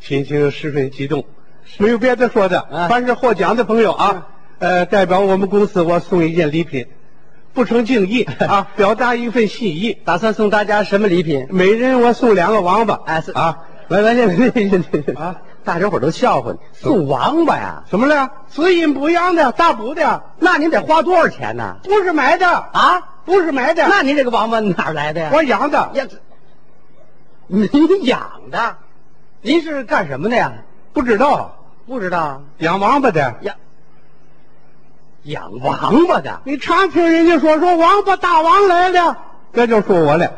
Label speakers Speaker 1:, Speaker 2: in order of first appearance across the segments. Speaker 1: 心情十分激动。没有别的说的，
Speaker 2: 啊
Speaker 1: 凡是获奖的朋友啊，呃，代表我们公司，我送一件礼品，不成敬意啊，表达一份心意。
Speaker 2: 打算送大家什么礼品？
Speaker 1: 每人我送两个王八。
Speaker 2: 哎是
Speaker 1: 啊，
Speaker 2: 完完了
Speaker 1: 啊！
Speaker 2: 大家伙儿都笑话你，送王八呀？
Speaker 1: 怎么了？滋阴补阳的，大补的，
Speaker 2: 那您得花多少钱呢？
Speaker 1: 不是买的，
Speaker 2: 啊？
Speaker 1: 不是买的，
Speaker 2: 那您这个王八哪儿来的呀？
Speaker 1: 我养的。
Speaker 2: 呀，您养的？您是干什么的呀？
Speaker 1: 不知道
Speaker 2: 不知道
Speaker 1: 养王八的，
Speaker 2: 养养王八的？
Speaker 1: 你常听人家说说王八大王来了，这就说我了。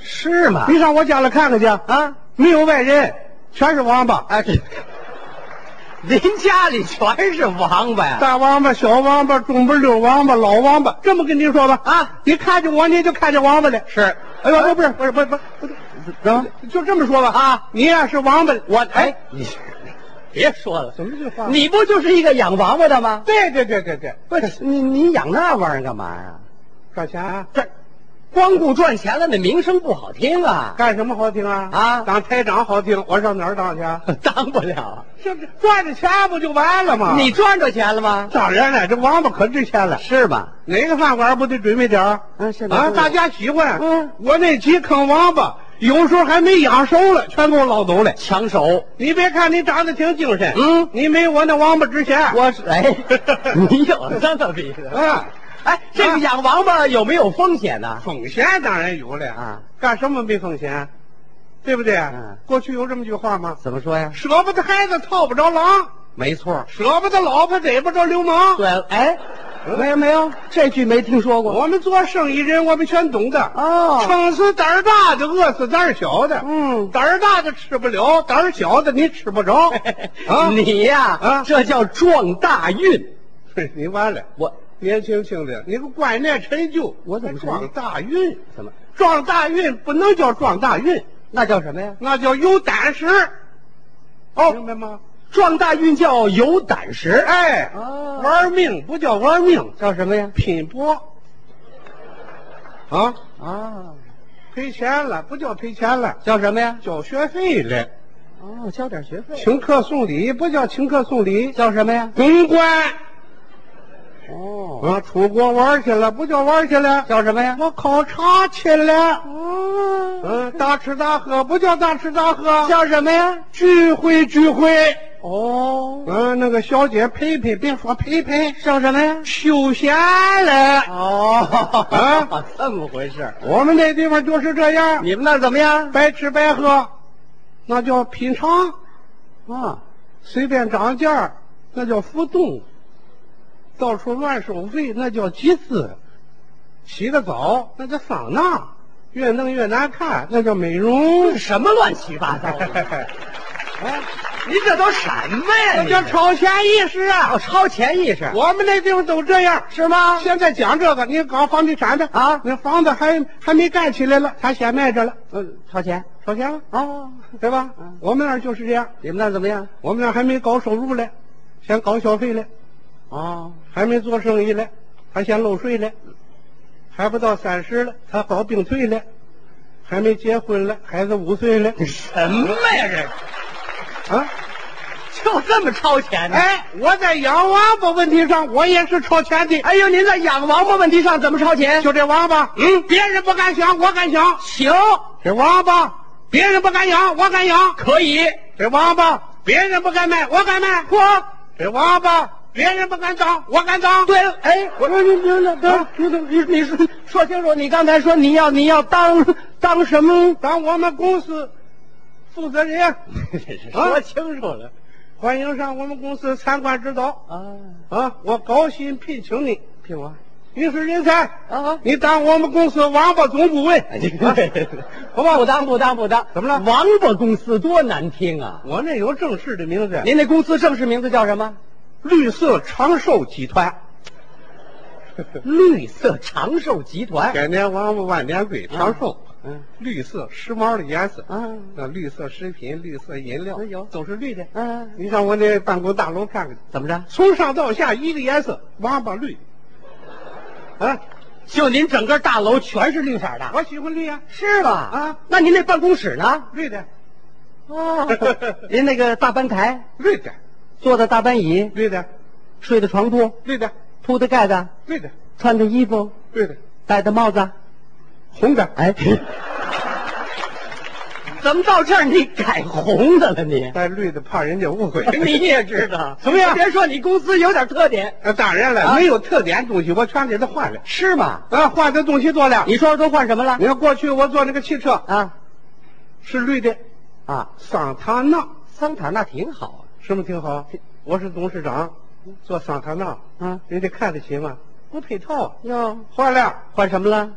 Speaker 2: 是吗？
Speaker 1: 你上我家里看看去，
Speaker 2: 啊？
Speaker 1: 没有外人，全是王八，
Speaker 2: 哎，这您家里全是王八呀？
Speaker 1: 大王八、小王八、中不溜王八、老王八。这么跟您说吧，
Speaker 2: 啊，
Speaker 1: 你看见我你就看见王八了。
Speaker 2: 是，
Speaker 1: 哎呦，不是不是不是不是不是，
Speaker 2: 啊
Speaker 1: 就这么说吧
Speaker 2: 啊！
Speaker 1: 你呀是王八，
Speaker 2: 我哎，你别说了，
Speaker 1: 什么句话你
Speaker 2: 你不就是一个养王八的吗？
Speaker 1: 对对对对对，
Speaker 2: 不是你你养那玩意儿干嘛呀？
Speaker 1: 赚钱啊
Speaker 2: 这光顾赚钱了，那名声不好听啊！
Speaker 1: 干什么好听啊？
Speaker 2: 啊
Speaker 1: 当台长好听，我上哪儿当去啊？
Speaker 2: 当不了，
Speaker 1: 这不赚着钱不就完了吗？
Speaker 2: 你赚着钱了吗？
Speaker 1: 当然了，这王八可值钱了，
Speaker 2: 是吧？
Speaker 1: 哪个饭馆不得准备点儿？
Speaker 2: 啊，是
Speaker 1: 啊，大家喜欢。
Speaker 2: 嗯，
Speaker 1: 我那几坑王八，有时候还没养熟了，全给我捞走了。
Speaker 2: 抢手。
Speaker 1: 你别看你长得挺精神，
Speaker 2: 嗯
Speaker 1: 你没我那王八值钱。
Speaker 2: 我是 哎，你有这么比的？
Speaker 1: 啊，
Speaker 2: 哎，这个养王八有没有风险呢？
Speaker 1: 风险当然有了
Speaker 2: 啊，
Speaker 1: 干什么没风险？对不对？
Speaker 2: 嗯
Speaker 1: 过去有这么句话吗？
Speaker 2: 怎么说呀？
Speaker 1: 舍不得孩子套不着狼，
Speaker 2: 没错。
Speaker 1: 舍不得老婆逮不着流氓。
Speaker 2: 对，哎，没有没有，这句没听说过。
Speaker 1: 我们做生意人，我们全懂的。
Speaker 2: 哦，
Speaker 1: 撑死胆儿大的，饿死胆儿小的。
Speaker 2: 嗯，
Speaker 1: 胆儿大的吃不了，胆儿小的你吃不着。啊，
Speaker 2: 你呀，
Speaker 1: 啊
Speaker 2: 这叫撞大运。
Speaker 1: 你完了，
Speaker 2: 我
Speaker 1: 年轻轻的，你个观念陈旧，
Speaker 2: 我怎
Speaker 1: 还
Speaker 2: 么陈旧
Speaker 1: 撞大运？
Speaker 2: 怎么？
Speaker 1: 撞大运不能叫撞大运，
Speaker 2: 那叫什么呀？
Speaker 1: 那叫有胆识。
Speaker 2: 哦
Speaker 1: 明白吗？
Speaker 2: 撞大运叫有胆识。
Speaker 1: 哎，
Speaker 2: 哦
Speaker 1: 玩命不叫玩命，
Speaker 2: 叫什么呀？
Speaker 1: 拼搏。啊，
Speaker 2: 啊，
Speaker 1: 赔钱了不叫赔钱了，
Speaker 2: 叫什么呀？
Speaker 1: 交学费了。
Speaker 2: 哦，交点学费。
Speaker 1: 请客送礼不叫请客送礼，
Speaker 2: 叫什么呀？
Speaker 1: 公关。
Speaker 2: 哦，
Speaker 1: 啊，出国玩去了，不叫玩去了，
Speaker 2: 叫什么呀？
Speaker 1: 我考察去了。
Speaker 2: 哦，
Speaker 1: 嗯，大吃大喝不叫大吃大喝，
Speaker 2: 叫什么呀？
Speaker 1: 聚会聚会。
Speaker 2: 哦，
Speaker 1: 嗯，那个小姐陪陪，别说陪陪，
Speaker 2: 叫什么呀？
Speaker 1: 休闲了。
Speaker 2: 哦，
Speaker 1: 啊，
Speaker 2: 这么回事儿。
Speaker 1: 我们那地方就是这样，
Speaker 2: 你们那儿怎么样？
Speaker 1: 白吃白喝，那叫品尝；
Speaker 2: 啊，
Speaker 1: 随便涨价，那叫浮动；到处乱收费，那叫集资；洗个澡，那叫桑拿；越弄越难看，那叫美 容。
Speaker 2: 什么乱七八糟 的？
Speaker 1: 哎，
Speaker 2: 您这都什么呀？
Speaker 1: 那叫
Speaker 2: 你
Speaker 1: 超前意识啊！
Speaker 2: 哦超前意识，
Speaker 1: 我们那地方都这样。
Speaker 2: 是吗？
Speaker 1: 现在讲这个，你搞房地产的
Speaker 2: 啊
Speaker 1: 那房子还还没盖起来了，他先卖着了，
Speaker 2: 嗯，超前。
Speaker 1: 少钱了，啊
Speaker 2: 哦，
Speaker 1: 对吧？
Speaker 2: 嗯
Speaker 1: 我们那儿就是这样，
Speaker 2: 你们那儿怎么样？
Speaker 1: 我们那儿还没搞收入嘞，先搞消费嘞，
Speaker 2: 哦，
Speaker 1: 还没做生意嘞，还先漏税嘞，还不到三十了，他搞病退嘞，还没结婚了，孩子五岁了
Speaker 2: 什么呀？这
Speaker 1: 啊！
Speaker 2: 就这么超前呢？
Speaker 1: 哎，我在养王八问题上，我也是超前的。
Speaker 2: 哎呦，您在养王八问题上怎么超前？
Speaker 1: 就这王八，嗯，别人不敢想，我敢想。
Speaker 2: 行，
Speaker 1: 这王八，别人不敢养，我敢养。
Speaker 2: 可以。
Speaker 1: 这王八，别人不敢卖，我敢卖。嚯，这王八，别人不敢当，我敢当。
Speaker 2: 对， 哎，我说您您您您你你说说清楚，你刚才说你要你要当当什么？
Speaker 1: 当我们公司负责人，
Speaker 2: 说清楚了
Speaker 1: 欢迎上我们公司参观指导
Speaker 2: 啊，
Speaker 1: 啊！我高薪聘请你，
Speaker 2: 屁股啊
Speaker 1: 你是人才，
Speaker 2: 啊！
Speaker 1: 你当我们公司王八总啊顾 问。
Speaker 2: 哎，不不当不当不当，
Speaker 1: 怎么了
Speaker 2: 王八公司多难听啊！
Speaker 1: 我那有正式的名字，
Speaker 2: 您那公司正式名字叫什么？
Speaker 1: 绿色长寿集团。
Speaker 2: 绿色长寿集团。
Speaker 1: 百年王八万年龟，长寿。
Speaker 2: 嗯
Speaker 1: 绿色时髦的颜色，
Speaker 2: 啊
Speaker 1: 那绿色食品、绿色饮料
Speaker 2: 哎有
Speaker 1: 都是绿的。
Speaker 2: 嗯，
Speaker 1: 你上我那办公大楼看看，
Speaker 2: 怎么着？
Speaker 1: 从上到下一个颜色，王八绿。啊，
Speaker 2: 就您整个大楼全是绿色的，
Speaker 1: 我喜欢绿呀、
Speaker 2: 是吧？
Speaker 1: 啊
Speaker 2: 啊，那您那办公室呢？
Speaker 1: 绿的。
Speaker 2: 哦，您那个大班台，
Speaker 1: 对的，
Speaker 2: 坐的大班椅，
Speaker 1: 对的，
Speaker 2: 睡的床铺，
Speaker 1: 对的，
Speaker 2: 铺的盖的，
Speaker 1: 对的，
Speaker 2: 穿的衣服，
Speaker 1: 对的，
Speaker 2: 戴的帽子，
Speaker 1: 红的，
Speaker 2: 哎， 怎么到这儿你改红的了你？
Speaker 1: 带绿的，怕人家误会。
Speaker 2: 你也知 道，
Speaker 1: 怎么样
Speaker 2: 别说你公司有点特点，
Speaker 1: 啊，当然了，
Speaker 2: 啊
Speaker 1: 没有特点东西，我全给他换了。
Speaker 2: 是吗？
Speaker 1: 啊，换的东西多了。
Speaker 2: 你说说都换什么了
Speaker 1: 你？看过去我坐那个汽车
Speaker 2: 啊
Speaker 1: 是绿的，
Speaker 2: 啊，
Speaker 1: 桑塔纳，
Speaker 2: 桑塔纳挺好啊
Speaker 1: 什么挺好？我是董事长，坐桑塔纳，
Speaker 2: 啊。啊，
Speaker 1: 人家看得起吗？不配套。啊
Speaker 2: 哟，
Speaker 1: 换了
Speaker 2: 换什么了？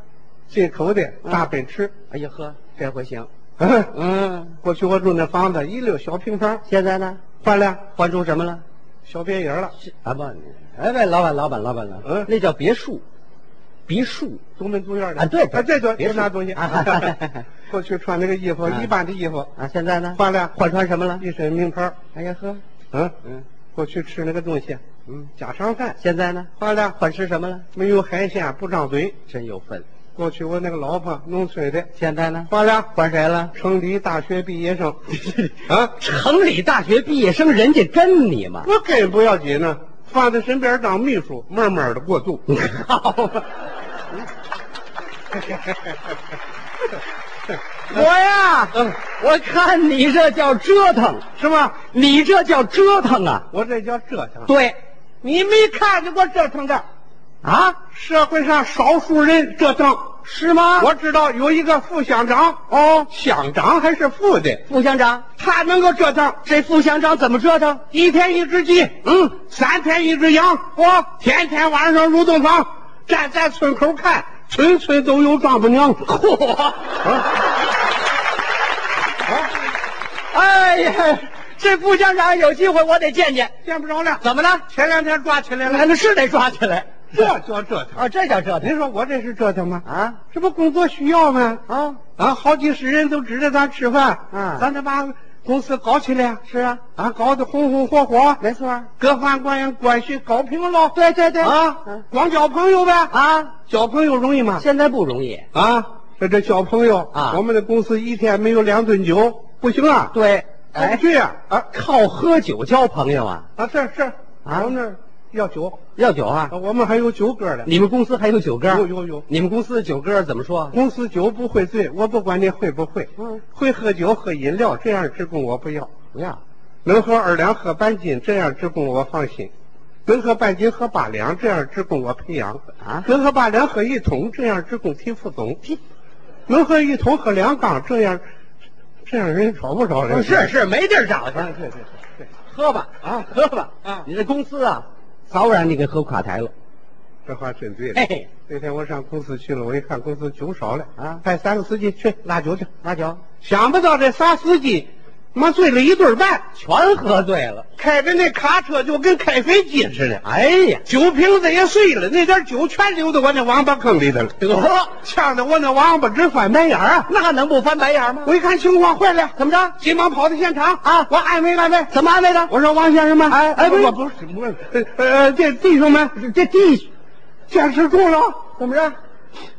Speaker 1: 进口的
Speaker 2: 嗯
Speaker 1: 大奔驰。
Speaker 2: 哎呀呵，这回行。嗯，
Speaker 1: 过去我住那房子一溜小平房，
Speaker 2: 现在呢？
Speaker 1: 换了
Speaker 2: 换出什么了？
Speaker 1: 小别野了，
Speaker 2: 啊不，哎喂，老板，老板，老板，老板，
Speaker 1: 嗯
Speaker 2: 那叫别墅，别墅
Speaker 1: 独门独院的
Speaker 2: 啊，对，
Speaker 1: 啊，这就
Speaker 2: 别
Speaker 1: 别
Speaker 2: 墅
Speaker 1: 拿东西。
Speaker 2: 啊
Speaker 1: 过去穿那个衣服
Speaker 2: 嗯
Speaker 1: 一般的衣服，
Speaker 2: 啊，现在呢？
Speaker 1: 换了
Speaker 2: 换穿什么了？
Speaker 1: 一身名牌，
Speaker 2: 哎呀呵，
Speaker 1: 嗯，
Speaker 2: 嗯
Speaker 1: 过去吃那个东西
Speaker 2: 嗯，
Speaker 1: 家常饭，
Speaker 2: 现在呢？
Speaker 1: 换了
Speaker 2: 换吃什么了？
Speaker 1: 没有海鲜不张嘴。
Speaker 2: 真有份。
Speaker 1: 过去我那个老婆农村的，
Speaker 2: 现在呢？
Speaker 1: 换了
Speaker 2: 换谁了？
Speaker 1: 城里大学毕业 生，啊，
Speaker 2: 城里大学毕业生，人家跟你吗？
Speaker 1: 我跟不要紧呢，放在身边当秘书，慢慢的过 渡。
Speaker 2: 好吧。 我呀，
Speaker 1: 嗯
Speaker 2: 我看你这叫折腾，
Speaker 1: 是吗？
Speaker 2: 你这叫折腾啊！
Speaker 1: 我这叫折腾。
Speaker 2: 对，
Speaker 1: 你没看见过折腾的？
Speaker 2: 啊，
Speaker 1: 社会上少数人折腾。
Speaker 2: 是吗？
Speaker 1: 我知道有一个副乡长，
Speaker 2: 哦，
Speaker 1: 乡长还是副的，
Speaker 2: 副乡长，
Speaker 1: 他能够折腾，
Speaker 2: 这副乡长怎么折腾？
Speaker 1: 一天一只鸡，
Speaker 2: 嗯，
Speaker 1: 三天一只羊，哇，天天晚上入洞房，站在村口看，村村都有丈母 娘。哦
Speaker 2: 嚯，
Speaker 1: 啊啊，
Speaker 2: 哎呀，这副乡长有机会我得见见。
Speaker 1: 见不着了，
Speaker 2: 怎么了？
Speaker 1: 前两天抓起来了，
Speaker 2: 那是得抓起来。
Speaker 1: 这叫折腾。
Speaker 2: 啊，这叫折腾
Speaker 1: 您说我这是折腾吗？
Speaker 2: 啊
Speaker 1: 这不工作需要吗？
Speaker 2: 啊！
Speaker 1: 啊，好几十人都指着咱吃饭，
Speaker 2: 嗯
Speaker 1: 咱得把公司搞起来，
Speaker 2: 是啊，
Speaker 1: 啊，搞得红红火火，
Speaker 2: 没错啊儿。
Speaker 1: 各方关关系搞平了，
Speaker 2: 对对对
Speaker 1: 啊
Speaker 2: 嗯，
Speaker 1: 光交朋友呗，
Speaker 2: 啊，
Speaker 1: 交朋友容易吗？
Speaker 2: 现在不容易。
Speaker 1: 啊，这这交朋友
Speaker 2: 啊
Speaker 1: 我们的公司一天没有两顿酒不行啊，
Speaker 2: 对，
Speaker 1: 过不
Speaker 2: 哎，
Speaker 1: 去啊，啊
Speaker 2: 靠喝酒交朋友啊，
Speaker 1: 啊，是是，
Speaker 2: 啊
Speaker 1: 我们那儿要酒，
Speaker 2: 要酒啊
Speaker 1: 啊。我们还有酒歌的，
Speaker 2: 你们公司还有酒歌？
Speaker 1: 有有有，
Speaker 2: 你们公司的酒歌怎么说？
Speaker 1: 公司酒不会醉，我不管你会不会，
Speaker 2: 嗯，
Speaker 1: 会喝酒喝饮料这样职工我不要。
Speaker 2: 不要。
Speaker 1: 能喝二两喝半斤，这样职工我放心；能喝半斤喝八两，这样职工我培养；
Speaker 2: 啊
Speaker 1: 能喝八两喝一桶，这样职工提副总；能喝一桶喝两缸，这样这样人少不少人？
Speaker 2: 哦是是，没地儿找去。
Speaker 1: 啊，对对对对，
Speaker 2: 喝吧
Speaker 1: 啊
Speaker 2: 喝吧
Speaker 1: 啊
Speaker 2: 你这公司啊，早晚让你给喝垮台了。
Speaker 1: 这话真对了。
Speaker 2: 嘿，
Speaker 1: 那天我上公司去了，我一看公司酒少了，
Speaker 2: 啊
Speaker 1: 派三个司机去拉酒去。
Speaker 2: 拿酒
Speaker 1: 想不到这仨司机，妈醉了一顿半，
Speaker 2: 全喝醉了。
Speaker 1: 开着那卡车就跟开飞机似的。
Speaker 2: 哎呀，
Speaker 1: 酒瓶子也碎了，那点酒全流到我那王八坑里头了，
Speaker 2: 得，
Speaker 1: 呛得我那王八直翻白眼儿啊！
Speaker 2: 那能不翻白眼吗？
Speaker 1: 我一看情况坏了，
Speaker 2: 怎么着？
Speaker 1: 急忙跑到现场
Speaker 2: 啊
Speaker 1: 我安慰安慰。
Speaker 2: 怎么安慰的？
Speaker 1: 我说王先生们，
Speaker 2: 哎哎不
Speaker 1: 不
Speaker 2: 是
Speaker 1: 不是不是，呃呃，这弟兄们，
Speaker 2: 这地
Speaker 1: 见识重了。
Speaker 2: 怎么着？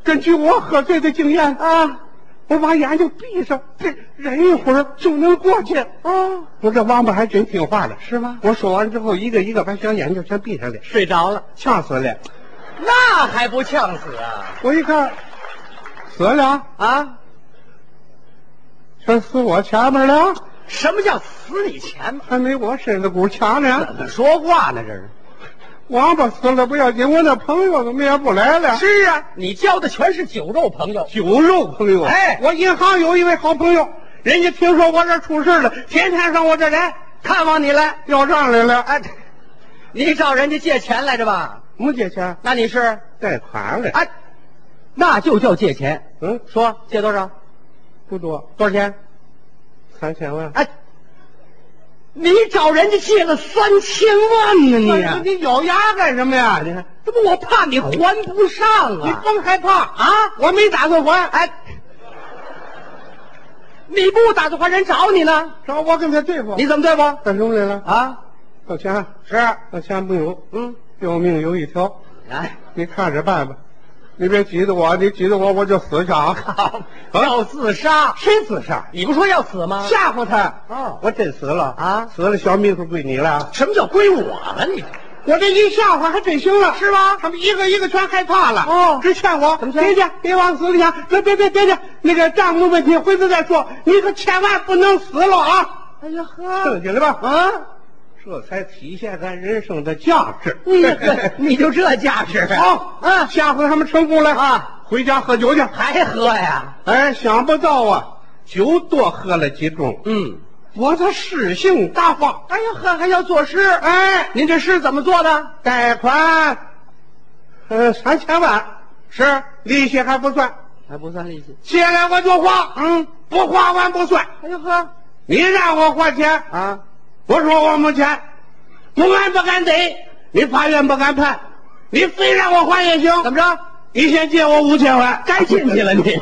Speaker 1: 根据我喝醉的经验，
Speaker 2: 啊
Speaker 1: 我把眼睛闭上，这忍一会儿就能过去。
Speaker 2: 啊，
Speaker 1: 我这王八还真听话了。
Speaker 2: 是吗？
Speaker 1: 我说完之后，一个一个把小眼睛全闭上了，
Speaker 2: 睡着了，
Speaker 1: 呛死了。
Speaker 2: 那还不呛死啊？
Speaker 1: 我一看，死了，
Speaker 2: 啊，
Speaker 1: 全死我前面了。
Speaker 2: 什么叫死你前面？
Speaker 1: 还没我身子骨强
Speaker 2: 怎
Speaker 1: 呢。
Speaker 2: 么说话呢？这是？
Speaker 1: 王八死了不要紧，我那朋友怎么也不来了？
Speaker 2: 是啊，你交的全是酒肉朋友。
Speaker 1: 酒肉朋友
Speaker 2: 哎
Speaker 1: 我银行有一位好朋友，人家听说我这出事了，天天上我这来
Speaker 2: 看望你来，
Speaker 1: 要账来了，
Speaker 2: 哎，你找人家借钱来着吧？
Speaker 1: 没借钱，
Speaker 2: 那你是
Speaker 1: 贷款了。
Speaker 2: 哎，那就叫借钱。
Speaker 1: 嗯，
Speaker 2: 说借多少？
Speaker 1: 不多，
Speaker 2: 多少钱？
Speaker 1: 三千万。
Speaker 2: 哎，你找人家借了三千万呢、你、啊
Speaker 1: 哎你咬牙干什么呀？你看，
Speaker 2: 这不我怕你还不上
Speaker 1: 你
Speaker 2: 啊！
Speaker 1: 甭害怕，
Speaker 2: 啊，
Speaker 1: 我没打算还。
Speaker 2: 哎，你不打算还人找你呢？
Speaker 1: 找我跟他对付。
Speaker 2: 你怎么对付？
Speaker 1: 干什么来了？
Speaker 2: 啊，
Speaker 1: 要钱？
Speaker 2: 是，
Speaker 1: 要钱没有，
Speaker 2: 嗯，
Speaker 1: 要命有一条，
Speaker 2: 哎，
Speaker 1: 你看着办吧。你别急着我，你急着我我就死去啊！
Speaker 2: 要自杀？
Speaker 1: 谁自杀？
Speaker 2: 你不说要死吗？
Speaker 1: 吓唬他！
Speaker 2: 哦
Speaker 1: 我真死了
Speaker 2: 啊
Speaker 1: 死了，小秘书归你了。
Speaker 2: 什么叫归我了你？
Speaker 1: 我这一吓唬还真行了，
Speaker 2: 是吧
Speaker 1: 他们一个一个全害怕了。
Speaker 2: 哦
Speaker 1: 只劝我
Speaker 2: 怎么劝
Speaker 1: 别去，别往死里想，别别别别去，那个账目问题回头再说，你可千万不能死了啊！
Speaker 2: 哎呀呵，
Speaker 1: 听起来吧，
Speaker 2: 啊，
Speaker 1: 这才体现咱人生的价值。
Speaker 2: 你这你就这架势？
Speaker 1: 嗯好，嗯
Speaker 2: 啊
Speaker 1: 吓唬他们成功了
Speaker 2: 啊！
Speaker 1: 回家喝酒去。
Speaker 2: 还喝呀？
Speaker 1: 哎，想不到啊，酒多喝了几盅，
Speaker 2: 嗯，
Speaker 1: 我他诗性大发。
Speaker 2: 哎呀呵，还要作诗？
Speaker 1: 哎，
Speaker 2: 您这诗怎么做的？
Speaker 1: 贷款，呃，三千万，是利息还不算，
Speaker 2: 还不算利息。
Speaker 1: 借来我就花，
Speaker 2: 嗯，
Speaker 1: 不花完不算。
Speaker 2: 哎呀呵，
Speaker 1: 你让我还钱，
Speaker 2: 啊，
Speaker 1: 我说我没钱，不按不敢逮，你法院不敢判，你非让我还也行。
Speaker 2: 怎么着？
Speaker 1: 你先借我五千万，
Speaker 2: 该进去了你。